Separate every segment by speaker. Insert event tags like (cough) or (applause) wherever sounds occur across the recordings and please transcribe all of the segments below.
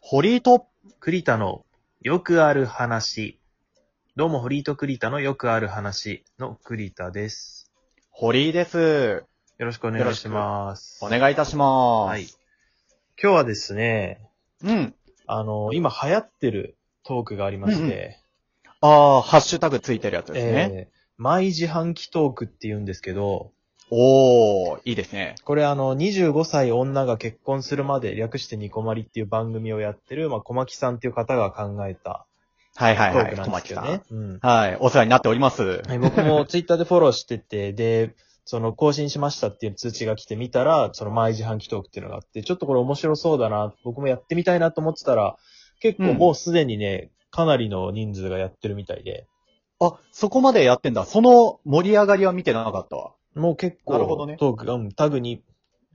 Speaker 1: 堀井と栗田のよくある話。どうも、堀井と栗田のよくある話の栗田です。
Speaker 2: 堀井です。
Speaker 1: よろしくお願いします。
Speaker 2: お願いいたします。
Speaker 1: はい。。今日はですね、
Speaker 2: うん。
Speaker 1: あの、今流行ってるトークがありまして、
Speaker 2: ああ、ハッシュタグついてるやつですね。
Speaker 1: えーマイ自販機トークって言うんですけど、
Speaker 2: おー、いいですね。
Speaker 1: これあの、25歳女が結婚するまで略してニコマリっていう番組をやってる、まあ、小牧さんっていう方が考えた
Speaker 2: はい
Speaker 1: ト
Speaker 2: はいは
Speaker 1: ー
Speaker 2: い。
Speaker 1: ク
Speaker 2: 小
Speaker 1: なんです
Speaker 2: 牧
Speaker 1: け
Speaker 2: さ
Speaker 1: どね
Speaker 2: ん。。
Speaker 1: うん
Speaker 2: はい。お世話になっております。
Speaker 1: はい、僕もツイッターでフォローしてて、で、その更新しましたっていう通知が来てみたら、その毎自販機トークっていうのがあって、ちょっとこれ面白そうだな、僕もやってみたいなと思ってたら、結構もうすでにね、かなりの人数がやってるみたいで、
Speaker 2: あ、そこまでやってんだ。その盛り上がりは見てなかったわ。
Speaker 1: もう結構
Speaker 2: なるほどね
Speaker 1: トークが、うんタグに、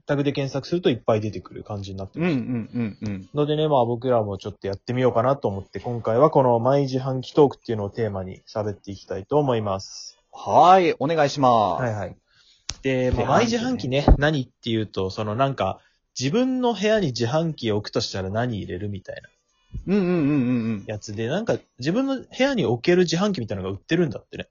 Speaker 1: タグで検索するといっぱい出てくる感じになって
Speaker 2: うんう
Speaker 1: ます。
Speaker 2: んうんうん。
Speaker 1: のでね、まあ僕らもちょっとやってみようかなと思って、今回はこの毎自販機トークっていうのをテーマに喋っていきたいと思います。
Speaker 2: はーい。お願いします。
Speaker 1: はいはい。で、まあ、マイ
Speaker 2: 自
Speaker 1: 自販
Speaker 2: 販機
Speaker 1: 機ね、何っていうと、そのなんか、自分の部屋に自販機を置くとしたら何入れるみたいな
Speaker 2: うんうんうんうんうん。
Speaker 1: やつで、なんか自分の部屋に置ける自販機みたいなのが売ってるんだってね。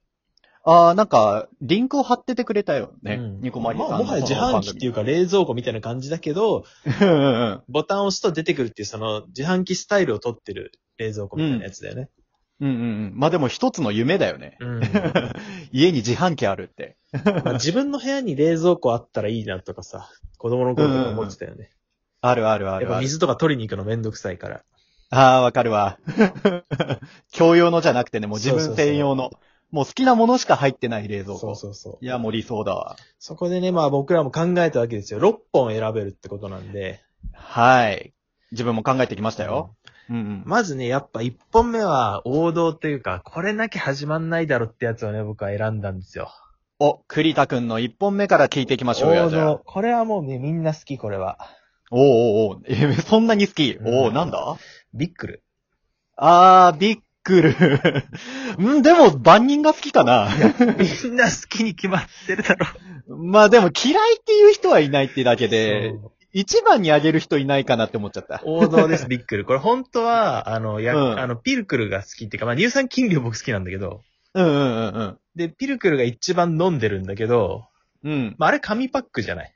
Speaker 2: ああ、なんか、リンクを貼っててくれたよね。
Speaker 1: うん
Speaker 2: ニコマリさん
Speaker 1: ま
Speaker 2: の
Speaker 1: あ、もはや自販機っていうか冷蔵庫みたいな感じだけど、
Speaker 2: その番組うんうん
Speaker 1: ボタンを押すと出てくるっていうその自販機スタイルを取ってる冷蔵庫みたいなやつだよね。
Speaker 2: うん。うんうんうん。まあでも一つの夢だよね。
Speaker 1: うん。
Speaker 2: (laughs) 家に自販機あるって。
Speaker 1: まあ自分の部屋に冷蔵庫あったらいいなとかさ、子供の頃から思ってたよね。
Speaker 2: あるあるあ
Speaker 1: やっ
Speaker 2: るあ
Speaker 1: ぱ
Speaker 2: る。
Speaker 1: 水とか取りに行くのめんどくさいから。
Speaker 2: ああ、わかるわ。 (laughs) 共用のじゃなくてね、もう自分専用の。もう好きなものしか入ってない冷蔵庫。
Speaker 1: そうそうそう。
Speaker 2: いや、もう理想だわ。
Speaker 1: そこでね、まあ僕らも考えたわけですよ。6本選べるってことなんで。
Speaker 2: はい。自分も考えてきましたよ。うんうん。
Speaker 1: まずね、やっぱ1本目は王道というか、これなきゃ始まんないだろってやつをね、僕は選んだんですよ。
Speaker 2: お、栗田くんの1本目から聞いていきましょうよ、
Speaker 1: 王
Speaker 2: じゃあ。
Speaker 1: 道。これはもうね、みんな好き、これは。
Speaker 2: おうおうおうえ、 (laughs) そんなに好き。お
Speaker 1: う
Speaker 2: お
Speaker 1: ん
Speaker 2: なんだ
Speaker 1: ビックル。
Speaker 2: あー、びっくる。 (laughs) うん、でも、万人が好きかな。
Speaker 1: みんな好きに決まってるだろ。
Speaker 2: (laughs) まあでも、嫌いっていう人はいないってだけで、一番にあげる人いないかなって思っちゃった。
Speaker 1: 王道です、ビックル。これ本当は、あの、や、
Speaker 2: うん
Speaker 1: あの、ピルクルが好きっていうか、まあ、乳酸菌量僕好きなんだけど、
Speaker 2: うんうんうんうん。
Speaker 1: で、ピルクルが一番飲んでるんだけど、
Speaker 2: うん。
Speaker 1: まあ、あれ紙パックじゃない。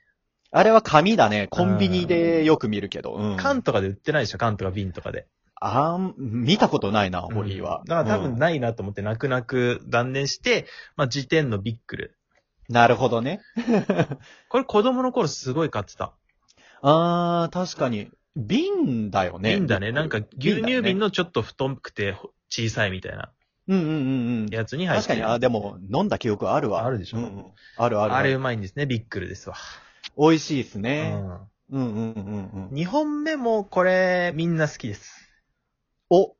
Speaker 2: あれは紙だね。コンビニでよく見るけど。うん。
Speaker 1: 缶とかで売ってないでしょ、缶とか瓶とかで。
Speaker 2: あん、見たことないな、ホリーは
Speaker 1: う。んだから多
Speaker 2: う
Speaker 1: 分
Speaker 2: ん
Speaker 1: ないなと思って泣く泣く断念して、まあ、時点のビックル。
Speaker 2: なるほどね。
Speaker 1: これ子供の頃すごい買ってた。
Speaker 2: あー、確かに。瓶だよね。
Speaker 1: 瓶だね。なんか牛乳瓶
Speaker 2: の。
Speaker 1: のちょっと太くてほ小さいみたいな
Speaker 2: うんうんうんうん。
Speaker 1: やつに入っ
Speaker 2: 確か
Speaker 1: てる
Speaker 2: に、あ、でも、飲んだ記憶あるわ。
Speaker 1: あるでしょ
Speaker 2: うんうんあるある。
Speaker 1: あれうまいんですね。ビックルですわ。
Speaker 2: 美味しいです
Speaker 1: う
Speaker 2: ね。
Speaker 1: ん
Speaker 2: うんうんうんうん。
Speaker 1: 二本目もこれみんな好きです。
Speaker 2: お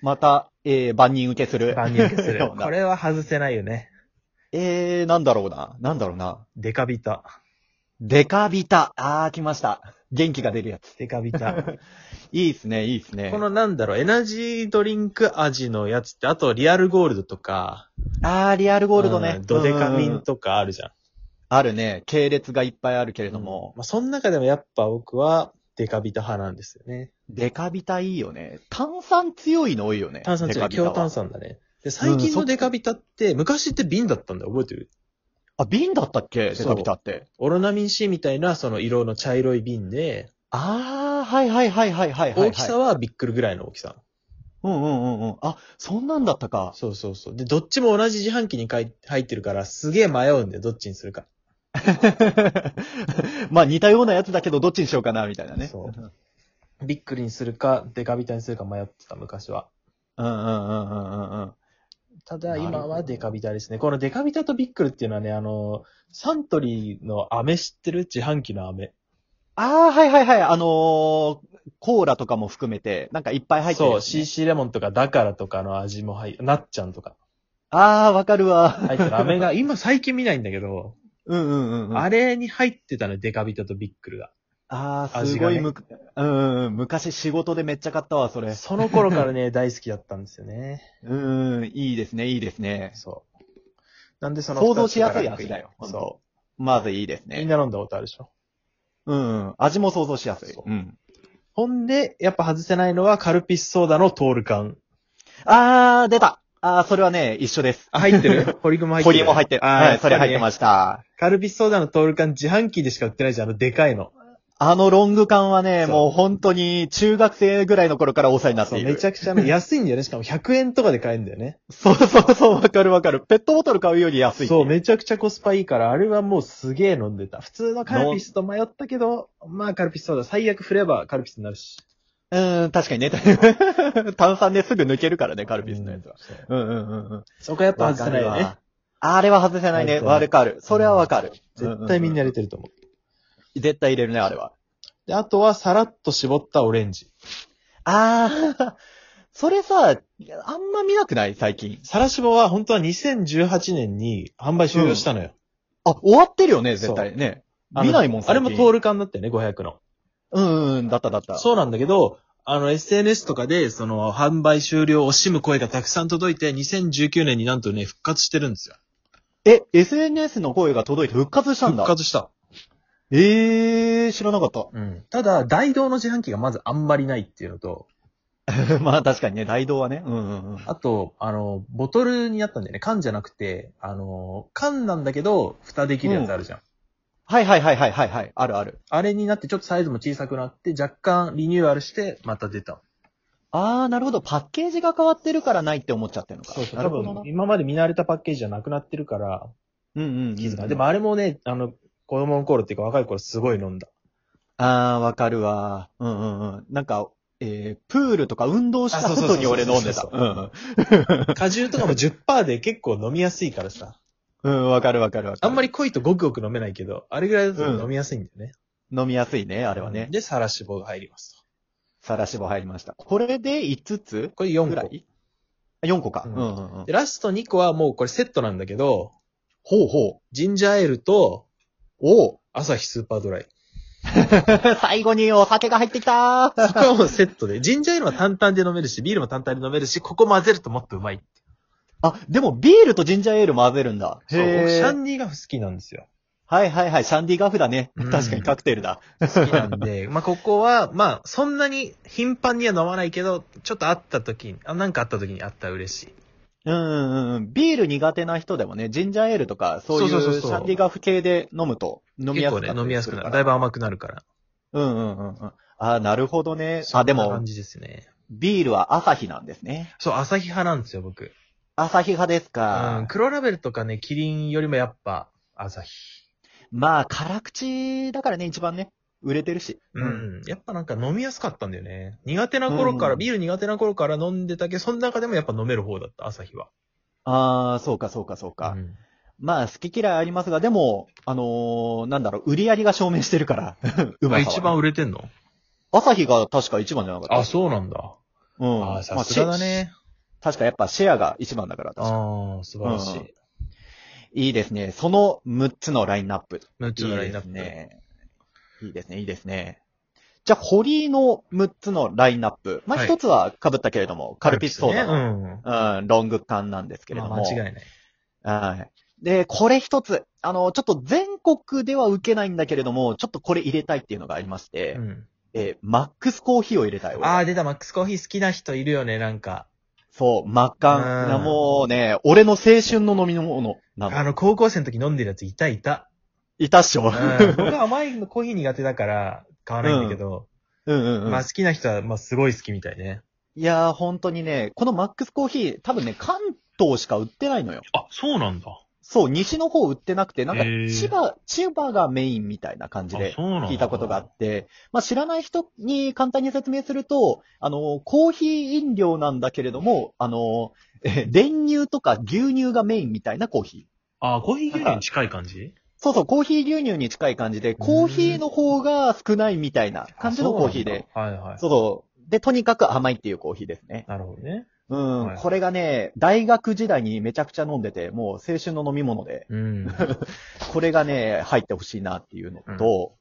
Speaker 2: また、えー、万人受けする。
Speaker 1: 万人受けする。
Speaker 2: (laughs) ような
Speaker 1: (laughs) これは外せないよね。
Speaker 2: えー、なんだろうな。なんだろうな。
Speaker 1: デカビタ。
Speaker 2: デカビタ。あー、来ました。元気が出るやつ。
Speaker 1: デカビ (laughs) タ。
Speaker 2: いいですね、いいですね。
Speaker 1: このなんだろう、エナジードリンク味のやつって、あとリアルゴールドとか、
Speaker 2: あー、リアルゴールドね
Speaker 1: う。んドデカミ
Speaker 2: うんうんう
Speaker 1: ン
Speaker 2: ん
Speaker 1: とかあるじゃん。
Speaker 2: あるね。系列がいっぱいあるけれど
Speaker 1: も
Speaker 2: も、
Speaker 1: まあ、その中でもやっぱ僕はデカビタ派なんですよね。
Speaker 2: デカビタいいよね。炭酸強いの多いよね。
Speaker 1: 炭酸
Speaker 2: デ
Speaker 1: 強
Speaker 2: カ
Speaker 1: い。
Speaker 2: ビタ
Speaker 1: 強
Speaker 2: は
Speaker 1: 炭酸だね。で、最近のデカビタって、昔って瓶だったんだよ。覚えてる
Speaker 2: あ、瓶だったっけデ
Speaker 1: そう
Speaker 2: カビタって。
Speaker 1: オロナミン C みたいなその色の茶色い瓶で、
Speaker 2: あー、はいはいはいはいはいはい、はい。
Speaker 1: 大きさはビックルぐらいの大きさ。
Speaker 2: うんうんうんうん。あ、そんなんだったか。 (laughs)
Speaker 1: そうそうそう。で、どっちも同じ自販機にかい入ってるから、すげえ迷うんだよ。どっちにするか。
Speaker 2: まあ似たようなやつだけどどっちにしようかな、みたいなね。
Speaker 1: そう
Speaker 2: うん
Speaker 1: ビックルにするか、デカビタにするか迷ってた、昔は。
Speaker 2: うんうんうんうんうん。
Speaker 1: ただ、
Speaker 2: なるほど
Speaker 1: 今はデカビタですね。このデカビタとビックルっていうのはね、あの、サントリーの飴知ってる自販機の飴。
Speaker 2: ああ、はいはいはい。あのーコーラとかも含めて、なんかいっぱい入ってる
Speaker 1: そ
Speaker 2: や
Speaker 1: う、
Speaker 2: つね、
Speaker 1: CC レモンとかだからとかの味も入なっちゃんとか
Speaker 2: ああ、わかるわ。
Speaker 1: 入ってる飴が、 (laughs) 今最近見ないんだけど、
Speaker 2: うんうんうんうん。
Speaker 1: あれに入ってたの、デカビタとビックルが。
Speaker 2: ああ、す
Speaker 1: 味が
Speaker 2: ご
Speaker 1: ね
Speaker 2: いむく、うんうんうん、昔仕事でめっちゃ買ったわ、それ。
Speaker 1: その頃からね、 (laughs) 大好きだったんですよね。
Speaker 2: うんうん、いいですね、いいですね。
Speaker 1: そう。なんでその
Speaker 2: 想像しやすい味だよ。
Speaker 1: そ
Speaker 2: うん。まずいいです
Speaker 1: う。みん
Speaker 2: ね。
Speaker 1: な飲んだことあるでしょ。
Speaker 2: うんうん、味も想像しやすい。
Speaker 1: そう
Speaker 2: うん。
Speaker 1: ほんで、やっぱ外せないのはカルピスソーダのトール缶。
Speaker 2: あー、出たあー、それはね、一緒です。
Speaker 1: あ、入って (laughs) るホリグも入ってる。
Speaker 2: ホリも入ってる。はい、それ入って
Speaker 1: す。
Speaker 2: ました。
Speaker 1: カルピスソーダのトール缶自販機でしか売ってないじゃん、あのでかいの。
Speaker 2: あのロング缶はね、
Speaker 1: そう
Speaker 2: もう本当に中学生ぐらいの頃からお世話になって
Speaker 1: そう、
Speaker 2: い
Speaker 1: め
Speaker 2: る
Speaker 1: ち。ゃくちゃね、安いんだよね。しかも100円とかで買えるんだよね。
Speaker 2: そうそうそう、わかるわかる。ペットボトル買うより安いってい
Speaker 1: そう、めちゃくちゃコスパいいから、あれはもうすげえ飲んでた。普通のカルピスと迷ったけど、まあカルピスソーダ、最悪振ればカルピスになるし。
Speaker 2: うーん、確かにね。 (laughs) 炭酸 (laughs) ですぐ抜けるからね、カルピスのやつは。
Speaker 1: うん。そ
Speaker 2: う
Speaker 1: う
Speaker 2: んうんうんうん。
Speaker 1: そこはやっぱ
Speaker 2: わ
Speaker 1: 外
Speaker 2: か
Speaker 1: せない
Speaker 2: る
Speaker 1: よね
Speaker 2: わ。。あれは外せないね。
Speaker 1: 外せない
Speaker 2: わかる。それはわかる。
Speaker 1: 絶対みん
Speaker 2: 入
Speaker 1: な入れ
Speaker 2: れ
Speaker 1: てると思う。
Speaker 2: 絶対入れるね、あれは。
Speaker 1: で、あとはさらっと絞ったオレンジ。
Speaker 2: あー、 (laughs) それさ、あんま見なくない最近。
Speaker 1: サラシボは本当は2018年に販売終了したのよ。
Speaker 2: あ、終わってるよね、絶対ね。
Speaker 1: あの
Speaker 2: 見ないもん、
Speaker 1: あれ
Speaker 2: 最近
Speaker 1: もトール缶だったよね、500の。
Speaker 2: うんうん、だっただった。
Speaker 1: そうなんだけど、あの、SNS とかで、その、販売終了を惜しむ声がたくさん届いて、2019年になんとね、復活してるんですよ。
Speaker 2: え、SNS の声が届いて復活したんだ。
Speaker 1: 復活した。
Speaker 2: えー、知らなか
Speaker 1: (laughs)
Speaker 2: った。
Speaker 1: うん。ただ、大道の自販機がまずあんまりないっていうのと、
Speaker 2: まあ確かにね、大道はね。うんうんうん。
Speaker 1: あと、あの、ボトルになったんだよね。缶じゃなくて、あの、缶なんだけど、蓋できるやつあるじゃん。
Speaker 2: はいはいはいはいはいはい。あるある。
Speaker 1: あれになって、ちょっとサイズも小さくなって、若干リニューアルして、また出た。
Speaker 2: あー、なるほど。パッケージが変わってるからないって思っちゃってるのか。
Speaker 1: そうそう。
Speaker 2: な
Speaker 1: 多
Speaker 2: るほどな
Speaker 1: 分、。今まで見慣れたパッケージじゃなくなってるから、
Speaker 2: うんうん。
Speaker 1: 気づかない。でもあれもね、あの、子供の頃っていうか若い頃すごい飲んだ。
Speaker 2: あー、わかるわ。うんうんうん。なんか、えー、プールとか運動した
Speaker 1: あそうそう
Speaker 2: 後
Speaker 1: そう
Speaker 2: に俺飲んでた
Speaker 1: そ。う
Speaker 2: うんうん
Speaker 1: 果汁とかも10%で結構飲みやすいからさ。
Speaker 2: うん、わかるわかるわか
Speaker 1: あ
Speaker 2: る。
Speaker 1: んまり濃いとごくごく飲めないけど、あれぐらいだと飲みやすいんだよね。
Speaker 2: 飲みやすいね、あ
Speaker 1: あ
Speaker 2: れはね。
Speaker 1: で、サラシボが入りますと。
Speaker 2: さらしぼ入りました。これで5つ
Speaker 1: これ
Speaker 2: ぐ
Speaker 1: 4
Speaker 2: ら
Speaker 1: 個。
Speaker 2: い ?4 個か。
Speaker 1: う
Speaker 2: うんんうんうん
Speaker 1: で、。ラスト2個はもうこれセットなんだけど、
Speaker 2: ほうほう。
Speaker 1: ジンジャーエールと、
Speaker 2: おう (laughs)
Speaker 1: 朝日スーパードライ。
Speaker 2: 最後にお酒が入ってきたー
Speaker 1: そこはもうセットで。ジンジャーエールは単々で飲めるし、ビールも単々で飲めるし、ここ混ぜるともっとうまい。
Speaker 2: あ、でもビールとジンジャーエール混ぜるんだ。
Speaker 1: そう僕シャ
Speaker 2: へえ。
Speaker 1: ンディが好きなんですよ。
Speaker 2: はいはいはい、シャンディガフだね。
Speaker 1: うん
Speaker 2: 確かにカクテルだ。
Speaker 1: 好きな
Speaker 2: (laughs)
Speaker 1: んで、まあ、ここは、まあ、そんなに頻繁には飲まないけど、ちょっとあった時に、あ、なんかあった時にあったら嬉しい。
Speaker 2: うんうんうん。ビール苦手な人でもね、ジンジャーエールとか、そういうシ
Speaker 1: そうそうそうそう
Speaker 2: ャンディガフ系で飲むと飲みやす
Speaker 1: 結構
Speaker 2: くな
Speaker 1: ね
Speaker 2: る。、
Speaker 1: 飲みやすくなる。だいぶ甘くなるから。
Speaker 2: うんうんうんうん。あーなるほどね。
Speaker 1: そ
Speaker 2: あ、
Speaker 1: ん
Speaker 2: で
Speaker 1: な
Speaker 2: も
Speaker 1: 感、じですね。
Speaker 2: ビールは朝日なんですね。
Speaker 1: そう、朝日派なんですよ、僕。
Speaker 2: 朝日派です
Speaker 1: うん
Speaker 2: か。。
Speaker 1: 黒ラベルとかね、キリンよりもやっぱ、朝日。
Speaker 2: まあ、辛口だからね、一番ね。売れてるし。
Speaker 1: うん。やっぱなんか飲みやすかったんだよね。苦手な頃から、
Speaker 2: うん
Speaker 1: ビール苦手な頃から飲んでたけど、その中でもやっぱ飲める方だった、朝日は。
Speaker 2: ああ、そうかそうかそうか。
Speaker 1: うん
Speaker 2: まあ、好き嫌いありますが、でも、あのーなんだろう、売り上げが証明してるから、 (laughs) うま
Speaker 1: あ
Speaker 2: い。
Speaker 1: 一番売れてんの
Speaker 2: 朝日が確か一番じゃなかった。
Speaker 1: あ、そうなんだ。
Speaker 2: うん。
Speaker 1: あ、さすがだ
Speaker 2: まあ。
Speaker 1: ね。
Speaker 2: シ確かやっぱシェアが一番だから、確か
Speaker 1: ああ、素晴らし
Speaker 2: うん
Speaker 1: い。
Speaker 2: いいですね。その6つのラインナップ。
Speaker 1: 6つのラインナッ
Speaker 2: いい
Speaker 1: プ。
Speaker 2: ですね。いいですね、いいですね。じゃあ、堀井の6つのラインナップ。まあ、
Speaker 1: はい
Speaker 2: 1つは被ったけれども、カルピスソーダ
Speaker 1: ね。う
Speaker 2: の、う
Speaker 1: ん。
Speaker 2: ん、ロング缶なんですけれども。
Speaker 1: まあ間違いない。
Speaker 2: はい。で、これ一つ、あの、ちょっと全国では受けないんだけれども、ちょっとこれ入れたいっていうのがありまして、
Speaker 1: うん、
Speaker 2: えーマックスコーヒーを入れたい。俺
Speaker 1: ああ、出た、マックスコーヒー好きな人いるよね、なんか。
Speaker 2: そう、マッカン。
Speaker 1: うん
Speaker 2: いやもうね、俺の青春の飲み物な
Speaker 1: あ
Speaker 2: の。
Speaker 1: の、高校生の時飲んでるやついたいた。
Speaker 2: いたっしょ。
Speaker 1: うん僕は甘いのコーヒー苦手だから買わないんだけど、
Speaker 2: (laughs) うんうんうん。
Speaker 1: まあ好きな人は、まあすごい好きみたいね。
Speaker 2: いやー、本当にね、このマックスコーヒー、多分ね、関東しか売ってないのよ。
Speaker 1: あ、そうなんだ。
Speaker 2: そう、西の方売ってなくて、なんか、
Speaker 1: へー
Speaker 2: 千葉、千葉がメインみたいな感じで。
Speaker 1: うな
Speaker 2: 聞いたことがあって、まあ、知らない人に簡単に説明すると、あの、コーヒー飲料なんだけれども、あの、え練乳とか牛乳がメインみたいなコーヒー。
Speaker 1: ああ、コーヒー
Speaker 2: 牛乳に
Speaker 1: 近い感じ
Speaker 2: そうそう、コーヒー牛乳に近い感じで、コーヒーの方が少ないみたいな感じのコーヒーで。。
Speaker 1: はいはい。
Speaker 2: そうそう。で、とにかく甘いっていうコーヒーですね。
Speaker 1: なるほどね。
Speaker 2: うん。
Speaker 1: はい
Speaker 2: これがね、大学時代にめちゃくちゃ飲んでて、もう青春の飲み物で、
Speaker 1: うん。
Speaker 2: これがね、入ってほしいなっていうのと、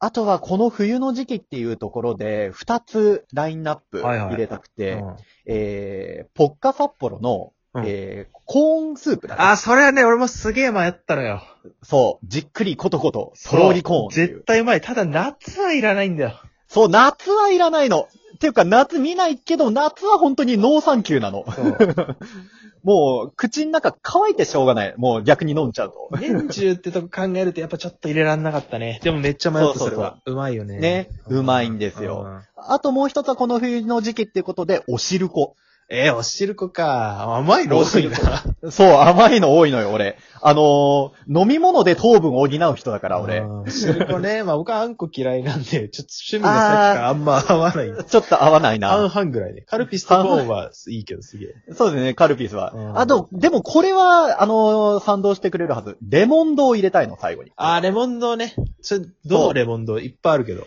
Speaker 2: あとはこの冬の時期っていうところで、二つラインナップ
Speaker 1: はいはい
Speaker 2: 入れたくて、
Speaker 1: うん
Speaker 2: えー、ポッカ札幌の、
Speaker 1: うん
Speaker 2: えー、コーンスープだね、
Speaker 1: あー、それはね、俺もすげえ迷ったのよ。
Speaker 2: そう、じっくりコトコト、とろりコーンっていう
Speaker 1: 絶対うまい。ただ、夏はいらないんだよ。
Speaker 2: そそう、夏はいらないの。っていうか、夏見ないけど、夏は本当にノーサンキューなの。
Speaker 1: そう。
Speaker 2: もう、口の中乾いてしょうがない。もう逆に飲んじゃうと。
Speaker 1: 年中ってとこ考えるとやっぱちょっと入れらんなかったね。でもめっちゃ迷った
Speaker 2: そうそうそう
Speaker 1: それは。うまいよね。
Speaker 2: ねうまいんですよ
Speaker 1: うん。
Speaker 2: あともう一つはこの冬の時期っていうことで、お汁粉。
Speaker 1: えー、おしるこか。甘いの
Speaker 2: おしる
Speaker 1: 多
Speaker 2: こ
Speaker 1: いな。
Speaker 2: そう、甘いの多いのよ、俺。あのー飲み物で糖分を補う人だから、俺。
Speaker 1: うんおしるこね。まあ僕はあんこ嫌いなんで、ちょっと趣味がさっきからあんま合わない。
Speaker 2: ちょっと合わない
Speaker 1: 半
Speaker 2: な。
Speaker 1: 々ぐらいね。カルピスとコーンはいいけどすげえ。
Speaker 2: そうですね、カルピスは
Speaker 1: う。ん
Speaker 2: あと、でもこれは、あのー賛同してくれるはず。レモンドを入れたいの、最後に。
Speaker 1: あー、レモンドね。ちょ、ど
Speaker 2: そう
Speaker 1: うレモンドいっぱいあるけど。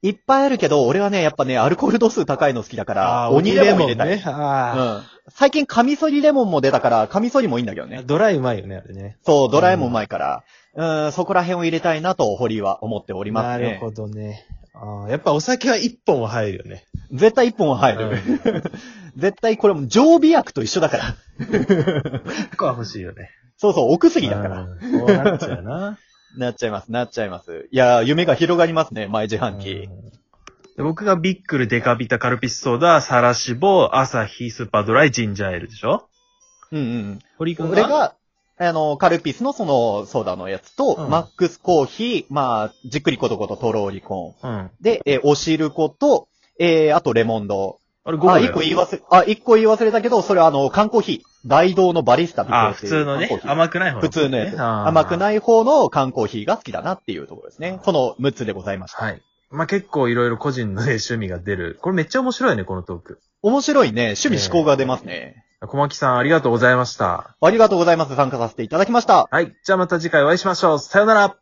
Speaker 2: いっぱいあるけど、俺はね、やっぱね、アルコール度数高いの好きだから、
Speaker 1: ー
Speaker 2: 鬼レモン入れたい。
Speaker 1: ね。
Speaker 2: うん。
Speaker 1: あ
Speaker 2: 最近、カミソリレモンも出たから、カミソリもいいんだけど
Speaker 1: ー
Speaker 2: ね。
Speaker 1: ドライうまいよね、あれね。
Speaker 2: そう、ドラえもんうまいから。うん、そこら辺を入れたいなと、堀井は思っておりま
Speaker 1: な
Speaker 2: す
Speaker 1: る
Speaker 2: ね。
Speaker 1: ほどね。あーやっぱお酒は一本は入るよね。
Speaker 2: 絶対一本は入る。絶対これも常備薬と一緒だから。
Speaker 1: 一個は欲しいよね。
Speaker 2: そうそう、お薬
Speaker 1: だ
Speaker 2: だ
Speaker 1: か
Speaker 2: から。
Speaker 1: ら。こうなっちゃうな。
Speaker 2: なっちゃいます、なっちゃいます。いやー、夢が広がりますね、毎自販機。
Speaker 1: で僕がビックル、デカビタ、カルピスソーダ、サラシボ、アサヒ、スーパードライ、ジンジャーエールでしょ
Speaker 2: うんうん
Speaker 1: 堀井
Speaker 2: う
Speaker 1: 君
Speaker 2: ん。
Speaker 1: が
Speaker 2: 俺、が、あの、カルピスのその、ソーダのやつと、
Speaker 1: うん
Speaker 2: マックスコーヒー、まあ、じっくりことこととろーりコーン。
Speaker 1: うん。
Speaker 2: で、えーおしること、えー、あとレモンド。
Speaker 1: あれ5個
Speaker 2: あ、
Speaker 1: だ
Speaker 2: 一
Speaker 1: よ
Speaker 2: 個言い忘れ、あ、一個言い忘れたけど、それはあの、缶コーヒー。大道のバリスタ
Speaker 1: あー、普通のね。甘くない方
Speaker 2: 普通のやつ。甘
Speaker 1: 甘
Speaker 2: く
Speaker 1: い。
Speaker 2: ない方の缶コーヒーが好きだなっていうところですね。その6つでございました。
Speaker 1: はい。まあ、結構いろいろ個人のね趣味が出る。これめっちゃ面白いね、このトーク。
Speaker 2: 面白いね。趣味思考が出ますね。
Speaker 1: 小牧さんありがとうございました。
Speaker 2: ありがとうございます。参加させていただきました。
Speaker 1: はい。じゃあまた次回お会いしましょう。さよなら